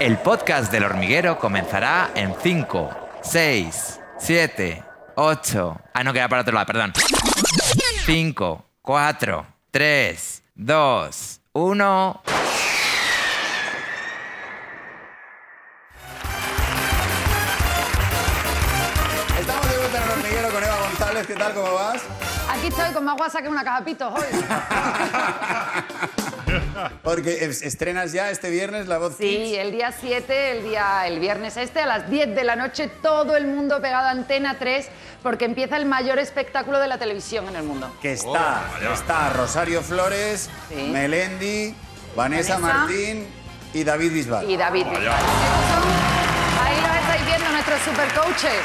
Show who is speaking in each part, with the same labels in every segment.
Speaker 1: El podcast del hormiguero comenzará en 5, 6, 7, 8. Ah, no, queda para otro lado, perdón. 5, 4, 3, 2, 1.
Speaker 2: Estamos de vuelta en el hormiguero con Eva González. ¿Qué tal? ¿Cómo vas?
Speaker 3: Aquí estoy con más guasa que una caja de pitos hoy.
Speaker 2: Porque es- estrenas ya este viernes la voz
Speaker 3: Sí,
Speaker 2: Kids.
Speaker 3: el día 7, el día el viernes este a las 10 de la noche todo el mundo pegado a Antena 3 porque empieza el mayor espectáculo de la televisión en el mundo.
Speaker 2: Que está, está Rosario Flores,
Speaker 3: Sí.
Speaker 2: Melendi, Vanessa,
Speaker 3: Vanessa.
Speaker 2: Martín y David Bisbal.
Speaker 3: Y David. Bisbal. Estos son- Ahí los estáis viendo nuestros supercoaches.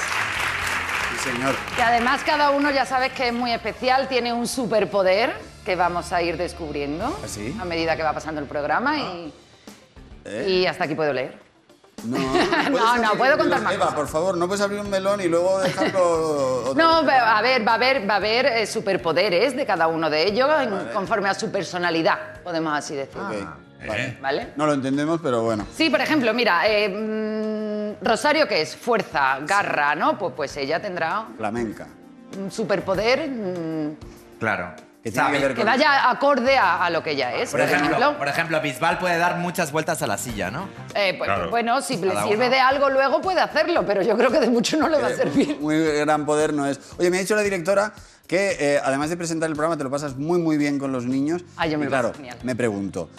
Speaker 2: Sí, señor.
Speaker 3: Que además cada uno ya sabes que es muy especial, tiene un superpoder que vamos a ir descubriendo
Speaker 2: ¿Ah, sí? Ah.
Speaker 3: a medida que va pasando el programa y, y hasta aquí puedo leer.
Speaker 2: No,
Speaker 3: No, no, puedo contar más
Speaker 2: Eva,
Speaker 3: cosas.
Speaker 2: por favor, no puedes abrir un melón y luego dejarlo... otra
Speaker 3: No,
Speaker 2: vez.
Speaker 3: pero a ver, va a haber, va a haber eh, superpoderes de cada uno de ellos en- conforme a su personalidad, podemos así decir.
Speaker 2: Ok, vale.
Speaker 3: ¿Vale?
Speaker 2: No lo entendemos, pero bueno.
Speaker 3: Sí, por ejemplo, mira, eh, mm, Rosario, ¿qué es? Fuerza, garra, ¿no? Pues, pues ella tendrá
Speaker 2: Flamenca.
Speaker 3: un superpoder mm,
Speaker 1: Claro.
Speaker 2: Que tiene
Speaker 1: Sabe.
Speaker 2: que ver
Speaker 3: que
Speaker 2: con-
Speaker 3: vaya acorde a, a lo que ella es.
Speaker 1: Por ejemplo, por ejemplo, Bisbal puede dar muchas vueltas a la silla, ¿no?
Speaker 3: Eh, pues,
Speaker 4: Claro.
Speaker 3: Bueno, si le
Speaker 1: Cada
Speaker 3: sirve
Speaker 1: uno. Eh,
Speaker 3: de algo luego puede hacerlo, pero yo creo que de mucho no le va a servir.
Speaker 2: Muy gran poder no es. Oye, me ha dicho la directora que eh, además de presentar el programa te lo pasas muy muy bien con los niños.
Speaker 3: Ah, yo me
Speaker 2: Y
Speaker 3: lo
Speaker 2: claro,
Speaker 3: paso genial.
Speaker 2: me pregunto,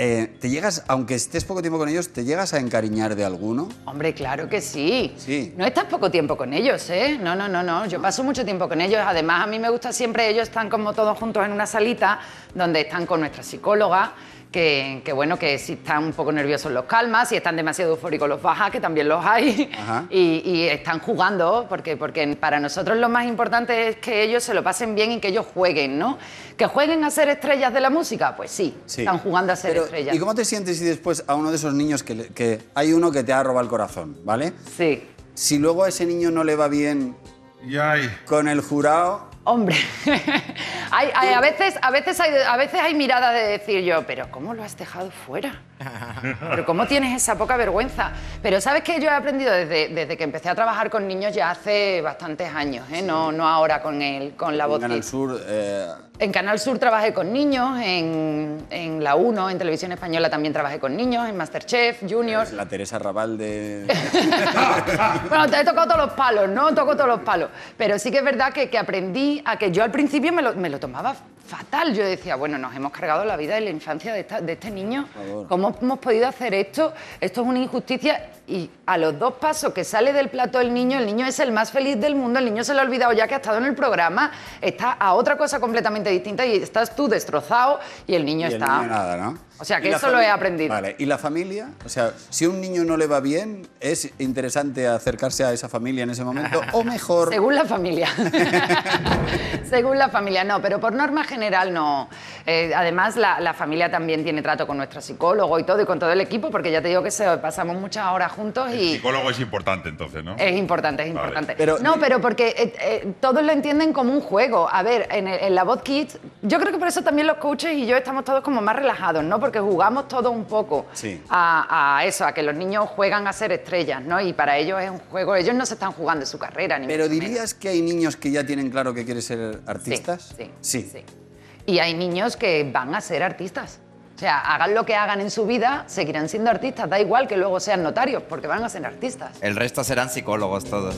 Speaker 2: eh, ¿te llegas, aunque estés poco tiempo con ellos, te llegas a encariñar de alguno?
Speaker 3: Hombre, claro que sí.
Speaker 2: Sí.
Speaker 3: No estás poco tiempo con ellos, ¿eh? No, no, no, no. Yo paso mucho tiempo con ellos. Además, a mí me gusta siempre, ellos están como todos juntos en una salita donde están con nuestra psicóloga. Que, que bueno, que si están un poco nerviosos los calmas, si están demasiado eufóricos los baja, que también los hay,
Speaker 2: Ajá.
Speaker 3: y, y están jugando, porque, porque para nosotros lo más importante es que ellos se lo pasen bien y que ellos jueguen, ¿no? ¿Que jueguen a ser estrellas de la música? Pues sí, están jugando a ser
Speaker 2: Pero,
Speaker 3: estrellas.
Speaker 2: ¿Y cómo te sientes si después a uno de esos niños que, le- que hay uno que te ha robado el corazón, ¿vale?
Speaker 3: Sí.
Speaker 2: Si luego a ese niño no le va bien
Speaker 4: ay.
Speaker 2: con el jurado,
Speaker 3: Hombre, hay, hay- a, veces, a, veces hay, a veces hay mirada de decir yo, pero ¿cómo lo has dejado fuera? ¿Pero cómo tienes esa poca vergüenza? Pero sabes que yo he aprendido desde, desde que empecé a trabajar con niños ya hace bastantes años, ¿eh? no, no ahora con, el, con la voz.
Speaker 2: en el
Speaker 3: Kids.
Speaker 2: sur, eh,
Speaker 3: En Canal Sur trabajé con niños, en, en La 1, en Televisión Española también trabajé con niños, en Masterchef, Junior.
Speaker 2: es la Teresa Raval de...
Speaker 3: Bueno, te he tocado todos los palos, ¿no? Toco todos los palos. Pero sí que es verdad que, que aprendí a que yo al principio me lo, me lo tomaba fatal. Yo decía, bueno, nos hemos cargado la vida y la infancia de, esta- de este niño.
Speaker 2: favor.
Speaker 3: ¿Cómo hemos podido hacer esto? Esto es una injusticia. Y a los dos pasos que sale del plato el niño, el niño es el más feliz del mundo, el niño se lo ha olvidado ya que ha estado en el programa, está a otra cosa completamente distinta y estás tú destrozado y el niño
Speaker 2: Y el
Speaker 3: está...
Speaker 2: niño nada, ¿no?
Speaker 3: O sea, que
Speaker 2: ¿Y la
Speaker 3: eso lo he
Speaker 2: familia?
Speaker 3: aprendido.
Speaker 2: Vale, ¿y la familia? O sea, si a un niño no le va bien, ¿es interesante acercarse a esa familia en ese momento? ¿O mejor?
Speaker 3: Según la familia. Según la familia, no, pero por norma general no. Eh, además, la, la familia también tiene trato con nuestro psicólogo y todo, y con todo el equipo, porque ya te digo que se, pasamos muchas horas juntos
Speaker 4: El
Speaker 3: y...
Speaker 4: psicólogo es importante entonces, ¿no?
Speaker 3: Es importante, es
Speaker 4: Vale.
Speaker 3: importante.
Speaker 2: Pero-
Speaker 3: no, pero porque eh, eh, todos lo entienden como un juego. A ver, en, el- en la Bot Kids, yo creo que por eso también los coaches y yo estamos todos como más relajados, ¿no? Porque jugamos todos un poco
Speaker 2: Sí.
Speaker 3: a, a eso, a que los niños juegan a ser estrellas, ¿no? Y para ellos es un juego, ellos no se están jugando su carrera, ni
Speaker 2: ¿Pero
Speaker 3: mucho menos.
Speaker 2: dirías que hay niños que ya tienen claro que quieren ser artistas?
Speaker 3: Sí, sí, sí. Y hay niños que van a ser artistas. O sea, hagan lo que hagan en su vida, seguirán siendo artistas. Da igual que luego sean notarios, porque van a ser artistas.
Speaker 1: El resto serán psicólogos todos.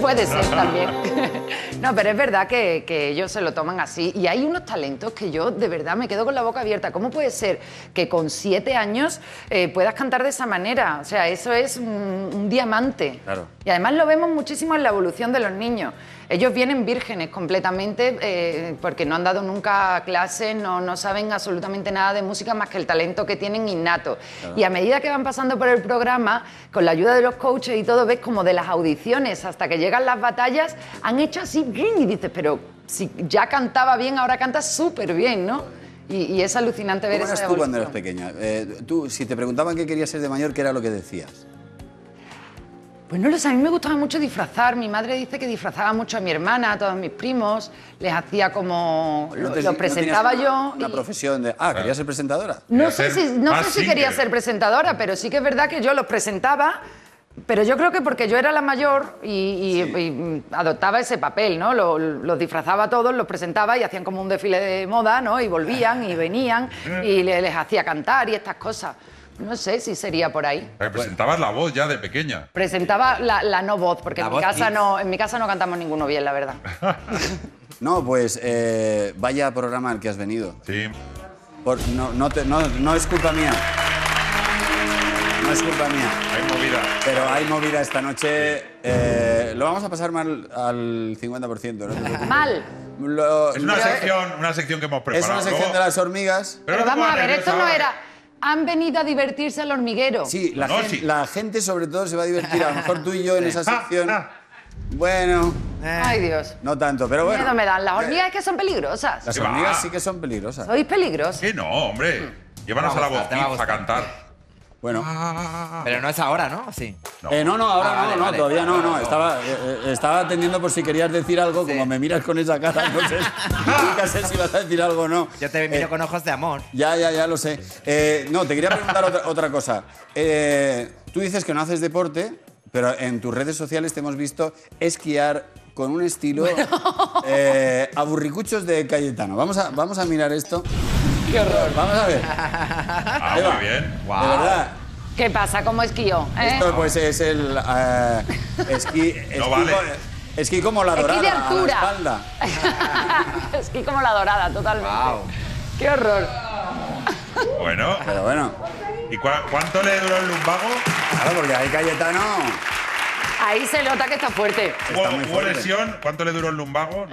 Speaker 3: Puede ser también. no, pero es verdad que, que ellos se lo toman así. Y hay unos talentos que yo de verdad me quedo con la boca abierta. ¿Cómo puede ser que con siete años eh, puedas cantar de esa manera? O sea, eso es un, un diamante.
Speaker 2: Claro.
Speaker 3: Y además lo vemos muchísimo en la evolución de los niños. Ellos vienen vírgenes completamente eh, porque no han dado nunca clase, no, no saben absolutamente nada de música más que el talento que tienen innato. Y a medida que van pasando por el programa, con la ayuda de los coaches y todo, ves como de las audiciones hasta que llegan las batallas, han hecho así ¡grin! y dices, pero si ya cantaba bien, ahora canta súper bien, ¿no? Y, y es alucinante ver
Speaker 2: ¿Cómo
Speaker 3: esa
Speaker 2: eras tú cuando
Speaker 3: evolución.
Speaker 2: eras pequeña? Eh, tú, si te preguntaban qué querías ser de mayor, ¿qué era lo que decías?
Speaker 3: Pues no lo sé, a mí me gustaba mucho disfrazar. Mi madre dice que disfrazaba mucho a mi hermana, a todos mis primos, les hacía como.
Speaker 2: No
Speaker 3: lo-
Speaker 2: te-
Speaker 3: los
Speaker 2: no tenías
Speaker 3: presentaba
Speaker 2: una-
Speaker 3: yo.
Speaker 2: Una
Speaker 3: y-
Speaker 2: profesión de. Ah, quería ser presentadora.
Speaker 3: No
Speaker 4: Quería
Speaker 3: sé,
Speaker 4: ser
Speaker 3: si, no
Speaker 4: más
Speaker 3: sé si quería
Speaker 4: singer.
Speaker 3: ser presentadora, pero sí que es verdad que yo los presentaba, pero yo creo que porque yo era la mayor y, y- y, mm, adoptaba ese papel, ¿no? Lo- Los disfrazaba a todos, los presentaba y hacían como un desfile de moda, ¿no? Y volvían y venían y le- les hacía cantar y estas cosas. No sé si sería por ahí.
Speaker 4: Representabas la voz ya de pequeña.
Speaker 3: Presentaba la, la no voz, porque
Speaker 1: La
Speaker 3: en mi,
Speaker 1: voz
Speaker 3: casa
Speaker 1: kids.
Speaker 3: no, en mi casa no cantamos ninguno bien, la verdad.
Speaker 2: No, pues eh, vaya programa al que has venido.
Speaker 4: Sí.
Speaker 2: Por- no, no te- no- no es culpa mía. No es culpa mía.
Speaker 4: Hay movida.
Speaker 2: Pero hay movida esta noche. eh, lo vamos a pasar mal al 50%, ¿no? te preocupes.
Speaker 3: Mal.
Speaker 2: Lo-
Speaker 4: Es una
Speaker 2: pero-
Speaker 4: sección, una sección que
Speaker 2: eh,
Speaker 4: hemos
Speaker 2: Es
Speaker 4: preparado.
Speaker 2: una sección de
Speaker 4: Luego-
Speaker 2: las hormigas.
Speaker 3: Pero,
Speaker 4: Pero no te
Speaker 3: vamos a
Speaker 4: pongas
Speaker 3: ver,
Speaker 4: nerviosa
Speaker 3: esto no
Speaker 4: ahora.
Speaker 3: era. Han venido a divertirse al hormiguero.
Speaker 2: Sí, la,
Speaker 4: No,
Speaker 2: gen-
Speaker 4: sí. Ah,
Speaker 2: la gente sobre todo se va a divertir. A lo mejor tú y yo en esa sección. Bueno,
Speaker 3: Ay, Dios.
Speaker 2: no tanto, pero bueno.
Speaker 3: Miedo me dan. Las hormigas Ah, es que son peligrosas.
Speaker 2: Las
Speaker 4: ¿Qué va?
Speaker 2: hormigas sí que son peligrosas.
Speaker 3: Sois peligrosos.
Speaker 4: Que no, hombre.
Speaker 2: Hmm.
Speaker 4: Llévanos
Speaker 1: Te va
Speaker 4: a la
Speaker 1: a
Speaker 4: voz
Speaker 1: gustar, te va a
Speaker 4: Kids a
Speaker 1: gustar.
Speaker 4: cantar.
Speaker 2: Bueno.
Speaker 1: Pero no es ahora, ¿no? Sí.
Speaker 4: No.
Speaker 2: Eh, no, no, ahora
Speaker 1: Ah,
Speaker 2: no,
Speaker 1: vale,
Speaker 2: no,
Speaker 1: vale.
Speaker 2: todavía no,
Speaker 1: Ah,
Speaker 2: no.
Speaker 1: vale.
Speaker 2: Estaba, eh, eh, estaba atendiendo por si querías decir algo, como me miras con esa cara, no sé,
Speaker 4: Ah.
Speaker 2: nunca sé si vas a decir algo o no.
Speaker 1: Yo te miro
Speaker 2: Eh,
Speaker 1: con ojos de amor.
Speaker 2: Ya, ya, ya lo sé. Eh, no, te quería preguntar otra, otra cosa. Eh, tú dices que no haces deporte, pero en tus redes sociales te hemos visto esquiar con un estilo eh, aburricuchos de Cayetano. Vamos a, vamos a mirar esto. ¡Qué horror! Vamos a ver.
Speaker 4: Ah,
Speaker 2: Ahí va.
Speaker 4: muy bien.
Speaker 2: De verdad.
Speaker 3: ¿Qué pasa? ¿Cómo esquío? ¿Eh?
Speaker 2: Esto pues es el eh, esquí, esquí,
Speaker 4: vale.
Speaker 2: co- esquí como la dorada,
Speaker 3: Esquí de
Speaker 2: a la
Speaker 3: altura.
Speaker 2: espalda.
Speaker 3: esquí como la dorada, totalmente.
Speaker 1: Guau.
Speaker 3: Qué horror.
Speaker 4: Bueno.
Speaker 2: Pero bueno,
Speaker 4: ¿Y cua- cuánto le duró el lumbago?
Speaker 2: claro, porque ahí Cayetano
Speaker 3: Ahí se nota que está fuerte.
Speaker 2: Está muy
Speaker 4: ¿Hubo, hubo
Speaker 2: fuerte.
Speaker 4: lesión? ¿Cuánto le duró el lumbago?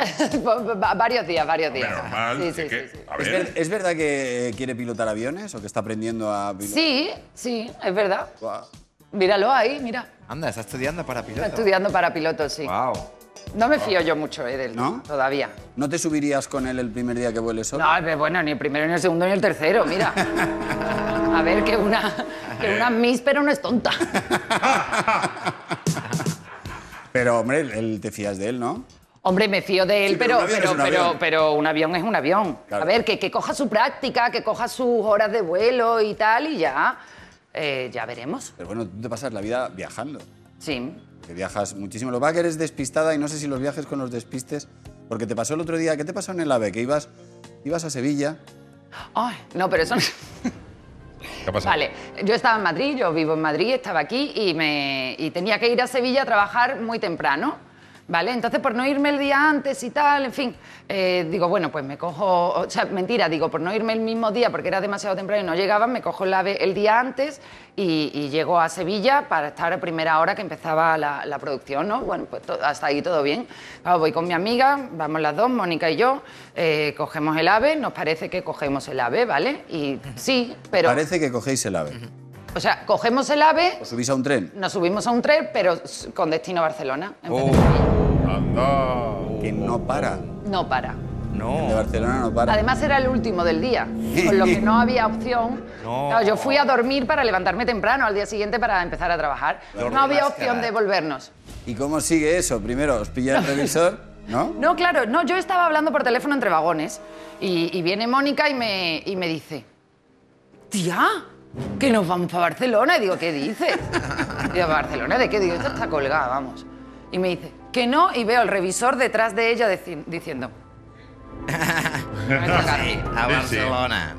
Speaker 3: Va- va- Varios días, varios días.
Speaker 4: Pero normal.
Speaker 3: Sí,
Speaker 4: es
Speaker 3: sí, sí,
Speaker 4: que-
Speaker 3: sí.
Speaker 4: A
Speaker 2: ¿Es, ver-
Speaker 4: ver.
Speaker 2: es verdad que eh, quiere pilotar aviones o que está aprendiendo a pilotar?
Speaker 3: Sí, sí, es verdad.
Speaker 2: Guau.
Speaker 3: Míralo ahí, mira.
Speaker 1: Anda, está estudiando para piloto.
Speaker 3: Está estudiando para pilotos, sí.
Speaker 1: Wow.
Speaker 3: No me fío yo mucho eh, del
Speaker 2: ¿No?
Speaker 3: todavía.
Speaker 2: ¿No te subirías con él el primer día que vueles solo?
Speaker 3: No, pero bueno, ni el primero, ni el segundo, ni el tercero, mira. A ver, que una, que una Miss, pero no es tonta.
Speaker 2: Pero, hombre, él, te fías de él, ¿no?
Speaker 3: Hombre, me fío de él,
Speaker 2: Sí, pero
Speaker 3: pero,
Speaker 2: un avión
Speaker 3: pero,
Speaker 2: es un
Speaker 3: pero-
Speaker 2: avión.
Speaker 3: pero un avión es un avión.
Speaker 2: Claro.
Speaker 3: A ver, que, que coja su práctica, que coja sus horas de vuelo y tal, y ya, eh, ya veremos.
Speaker 2: Pero bueno, tú te pasas la vida viajando.
Speaker 3: Sí.
Speaker 2: Que viajas muchísimo. Lo que pasa es que eres despistada y no sé si los viajes con los despistes. Porque te pasó el otro día, ¿qué te pasó en el AVE? Que ibas, ibas a Sevilla.
Speaker 3: Ay, no, pero eso no...
Speaker 4: ¿Qué ha pasado?
Speaker 3: Vale, yo estaba en Madrid, yo vivo en Madrid, estaba aquí y, me, y tenía que ir a Sevilla a trabajar muy temprano, ¿vale? Entonces, por no irme el día antes y tal, en fin, eh, digo, bueno, pues me cojo, o sea, mentira, digo, por no irme el mismo día porque era demasiado temprano y no llegaba, me cojo el AVE el día antes y, y llego a Sevilla para estar a primera hora que empezaba la, la producción, ¿no? Bueno, pues to- hasta ahí todo bien. Ah, voy con mi amiga, vamos las dos, Mónica y yo, eh, cogemos el AVE, nos parece que cogemos el AVE, ¿vale? Y sí, pero...
Speaker 2: Parece que cogéis el AVE.
Speaker 3: O sea, cogemos el AVE,
Speaker 2: Os subís a un tren.
Speaker 3: nos subimos a un tren, pero s- con destino a Barcelona. en vez de
Speaker 1: Oh.
Speaker 3: Sevilla.
Speaker 4: Anda.
Speaker 2: Que no para.
Speaker 3: No para.
Speaker 2: El de
Speaker 1: No.
Speaker 2: Barcelona no para.
Speaker 3: Además era el último del día, con lo que no había opción.
Speaker 1: No.
Speaker 3: Claro, yo fui a dormir para levantarme temprano al día siguiente para empezar a trabajar.
Speaker 1: Dormir
Speaker 3: No había
Speaker 1: más
Speaker 3: opción
Speaker 1: cara.
Speaker 3: de volvernos.
Speaker 2: ¿Y cómo sigue eso? Primero, os pilla el revisor, ¿no?
Speaker 3: No, claro, no, yo estaba hablando por teléfono entre vagones y, y viene Mónica y me, y me dice, tía, que nos vamos para Barcelona. Y digo, ¿qué dices? Digo, ¿para Barcelona de qué? Digo, esto está colgada, vamos. Y me dice, que no, y veo el revisor detrás de ella deci- diciendo... "Me toca".
Speaker 1: Sí, a
Speaker 4: Sí, sí.
Speaker 1: Barcelona.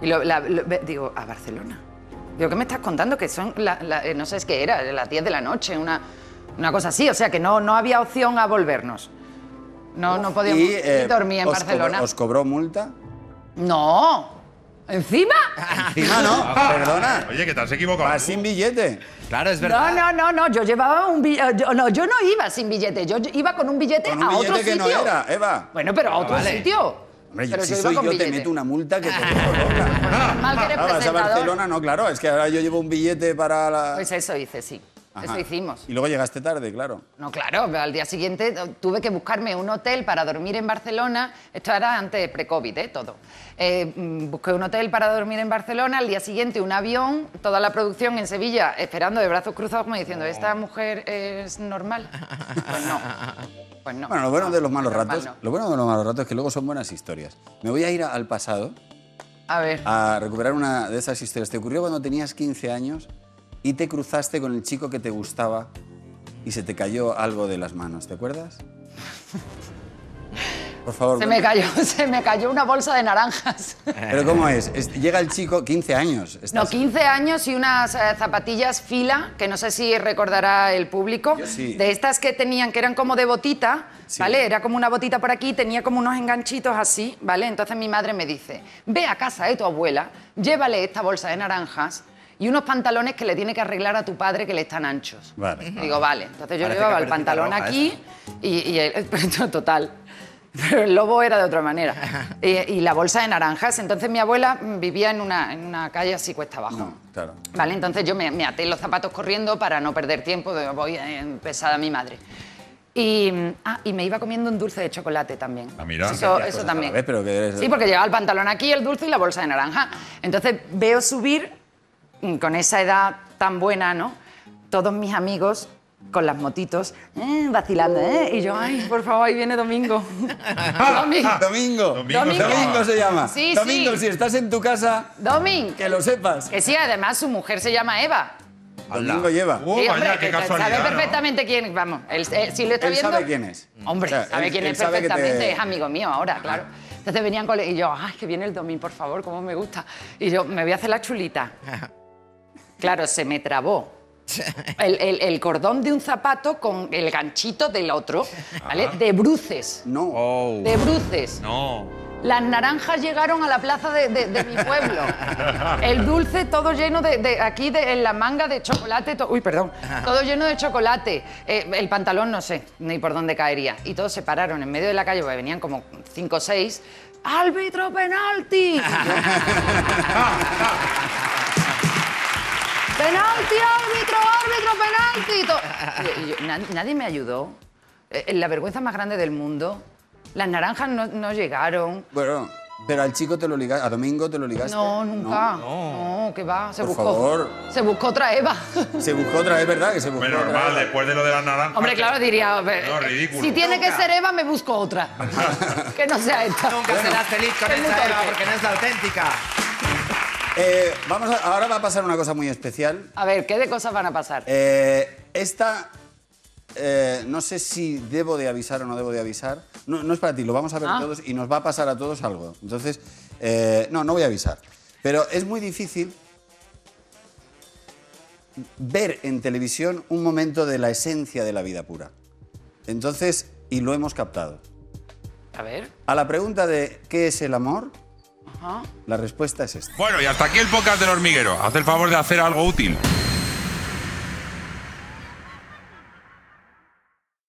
Speaker 3: Y lo- la- lo- ve- digo, a Barcelona. Digo, ¿qué me estás contando? Que son, la- la- eh, no sé, es que era, las 10 de la noche, una, una cosa así. O sea, que no, no había opción a volvernos. No, no podíamos. Y,
Speaker 2: eh,
Speaker 3: dormí en
Speaker 2: os cobró-
Speaker 3: Barcelona.
Speaker 2: ¿Os cobró multa?
Speaker 3: No. ¿Encima?
Speaker 2: Encima no, perdona.
Speaker 4: Oye, que te has equivocado.
Speaker 2: Vas sin billete.
Speaker 1: Claro, es
Speaker 3: No,
Speaker 1: verdad.
Speaker 3: no, no, no. Yo llevaba un billete. Yo, no, yo no iba sin billete. Yo iba con un billete
Speaker 2: Con
Speaker 3: a
Speaker 2: un
Speaker 3: otro
Speaker 2: billete que
Speaker 3: sitio.
Speaker 2: no era, Eva.
Speaker 3: Bueno, pero a otro
Speaker 1: vale.
Speaker 3: sitio.
Speaker 2: Hombre,
Speaker 3: pero
Speaker 2: si soy yo, te meto una multa que te dejo loca.
Speaker 3: Mal que eres
Speaker 2: Ah, vas a
Speaker 3: presentador.
Speaker 2: Barcelona, no, claro, es que ahora yo llevo un billete para la...
Speaker 3: Pues eso hice, sí. Eso hicimos.
Speaker 2: Y luego llegaste tarde, claro.
Speaker 3: No, claro, al día siguiente eh, tuve que buscarme un hotel para dormir en Barcelona. Esto era antes de pre-COVID, ¿eh? todo. Eh, mm, busqué un hotel para dormir en Barcelona, al día siguiente un avión, toda la producción en Sevilla esperando de brazos cruzados como diciendo, ¿esta mujer es normal? Pues no. Pues no.
Speaker 2: Bueno, lo bueno
Speaker 3: No,
Speaker 2: de los malos
Speaker 3: normal
Speaker 2: ratos,
Speaker 3: no.
Speaker 2: lo bueno de los malos ratos es que luego son buenas historias. Me voy a ir a- al pasado
Speaker 3: A ver,
Speaker 2: a recuperar una de esas historias. Te ocurrió cuando tenías 15 años y te cruzaste con el chico que te gustaba y se te cayó algo de las manos, ¿te acuerdas? Por favor.
Speaker 3: se me
Speaker 2: cuéntame.
Speaker 3: cayó, se me cayó una bolsa de naranjas.
Speaker 1: Eh.
Speaker 2: Pero ¿cómo es? Es- Llega el chico, 15 años.
Speaker 3: No,
Speaker 2: estás-
Speaker 3: 15 años y unas eh, zapatillas fila, que no sé si recordará el público,
Speaker 2: Yo sí.
Speaker 3: de estas que tenían, que eran como de botita,
Speaker 2: Sí.
Speaker 3: ¿vale? Era como una botita por aquí, tenía como unos enganchitos así, ¿vale? Entonces mi madre me dice, ve a casa de tu abuela, llévale esta bolsa de naranjas y unos pantalones que le tiene que arreglar a tu padre que le están anchos.
Speaker 2: Vale.
Speaker 3: Digo, vale. Entonces yo
Speaker 5: Parece
Speaker 3: llevaba
Speaker 5: que
Speaker 3: el
Speaker 5: parece
Speaker 3: pantalón
Speaker 5: roja
Speaker 3: aquí y, y el- pero total. Pero el lobo era de otra manera. Y, y la bolsa de naranjas. Entonces mi abuela vivía en una, en una calle así cuesta abajo.
Speaker 2: No, claro.
Speaker 3: Vale, entonces yo me, me até los zapatos corriendo para no perder tiempo, de- voy eh, pesada a mi madre. Y, mm, ah, y me iba comiendo un dulce de chocolate también.
Speaker 4: Ah, mira. Sí,
Speaker 3: Eso,
Speaker 4: hacías
Speaker 3: eso
Speaker 2: cosas a la
Speaker 3: también.
Speaker 2: vez, pero que eres-
Speaker 3: Sí, porque llevaba el pantalón aquí, el dulce y la bolsa de naranja. Entonces veo subir, mm, con esa edad tan buena, ¿no? Todos mis amigos con las motitos, eh, vacilando, ¿eh? Y yo, ay, por favor, ahí viene Domingo. Domingo.
Speaker 2: Ah, Domingo.
Speaker 4: Domingo.
Speaker 2: Domingo se llama.
Speaker 3: Sí,
Speaker 2: Domingo,
Speaker 3: sí.
Speaker 2: si estás en tu casa,
Speaker 3: Domingo.
Speaker 2: que lo sepas.
Speaker 3: Que sí, además su mujer se llama Eva.
Speaker 2: Domingo lleva.
Speaker 4: Uh,
Speaker 3: Sí,
Speaker 4: vaya,
Speaker 3: hombre,
Speaker 4: qué
Speaker 3: que
Speaker 4: casualidad.
Speaker 3: Sabe
Speaker 4: ¿no?
Speaker 3: perfectamente quién, vamos, él, eh, si lo está
Speaker 2: Él
Speaker 3: viendo...
Speaker 2: sabe quién es.
Speaker 3: Hombre,
Speaker 2: O sea,
Speaker 3: sabe
Speaker 2: él-
Speaker 3: quién
Speaker 2: él
Speaker 3: es
Speaker 2: sabe que te-
Speaker 3: perfectamente, es amigo mío ahora, claro. Entonces venían con... Y yo, ay, que viene el domín, por favor, cómo me gusta. Y yo, me voy a hacer la chulita. Claro, se me trabó. El, el- el cordón de un zapato con el ganchito del otro, ¿vale? De bruces.
Speaker 2: No.
Speaker 5: Oh.
Speaker 3: De bruces.
Speaker 5: No.
Speaker 3: Las naranjas llegaron a la plaza de, de- de mi pueblo. El dulce todo lleno de, de- aquí de, en la manga de chocolate. to- uy, perdón. Todo lleno de chocolate. Eh, el pantalón no sé ni por dónde caería. Y todos se pararon en medio de la calle, porque venían como cinco o seis. ¡Árbitro penalti! ¡Penalti, árbitro, árbitro, penalti! To- Y- y yo, na- nadie me ayudó. Eh, La vergüenza más grande del mundo. Las naranjas no- no llegaron.
Speaker 2: Bueno, pero al chico te lo ligaste, a Domingo te lo ligaste.
Speaker 3: No, nunca. No, que va. Se
Speaker 2: Por
Speaker 3: buscó.
Speaker 2: favor.
Speaker 3: Se buscó otra Eva.
Speaker 2: Se buscó otra vez, ¿verdad? Que se buscó
Speaker 4: Pero
Speaker 2: otra
Speaker 4: normal,
Speaker 3: eh.
Speaker 2: vez.
Speaker 4: después de lo de las naranjas.
Speaker 3: Hombre, claro, diría. eh,
Speaker 4: No,
Speaker 3: eh,
Speaker 4: ridículo.
Speaker 3: Si tiene que ser Eva, me busco otra. que no sea esta.
Speaker 5: Nunca serás feliz con
Speaker 3: es muy
Speaker 5: esta Eva
Speaker 3: torpe.
Speaker 5: porque no es la auténtica.
Speaker 2: Eh, vamos a- ahora va a pasar una cosa muy especial.
Speaker 3: A ver, ¿qué de cosas van a pasar?
Speaker 2: Eh, esta, eh, no sé si debo de avisar o no debo de avisar. No, no es para ti, lo vamos a ver
Speaker 3: Ah.
Speaker 2: todos y nos va a pasar a todos algo. Entonces, eh, no, no voy a avisar. Pero es muy difícil ver en televisión un momento de la esencia de la vida pura. Entonces, y lo hemos captado.
Speaker 3: A ver.
Speaker 2: A la pregunta de ¿qué es el amor?
Speaker 3: Ajá.
Speaker 2: La respuesta es esta.
Speaker 4: Bueno, y hasta aquí el podcast del hormiguero. Haz el favor de hacer algo útil.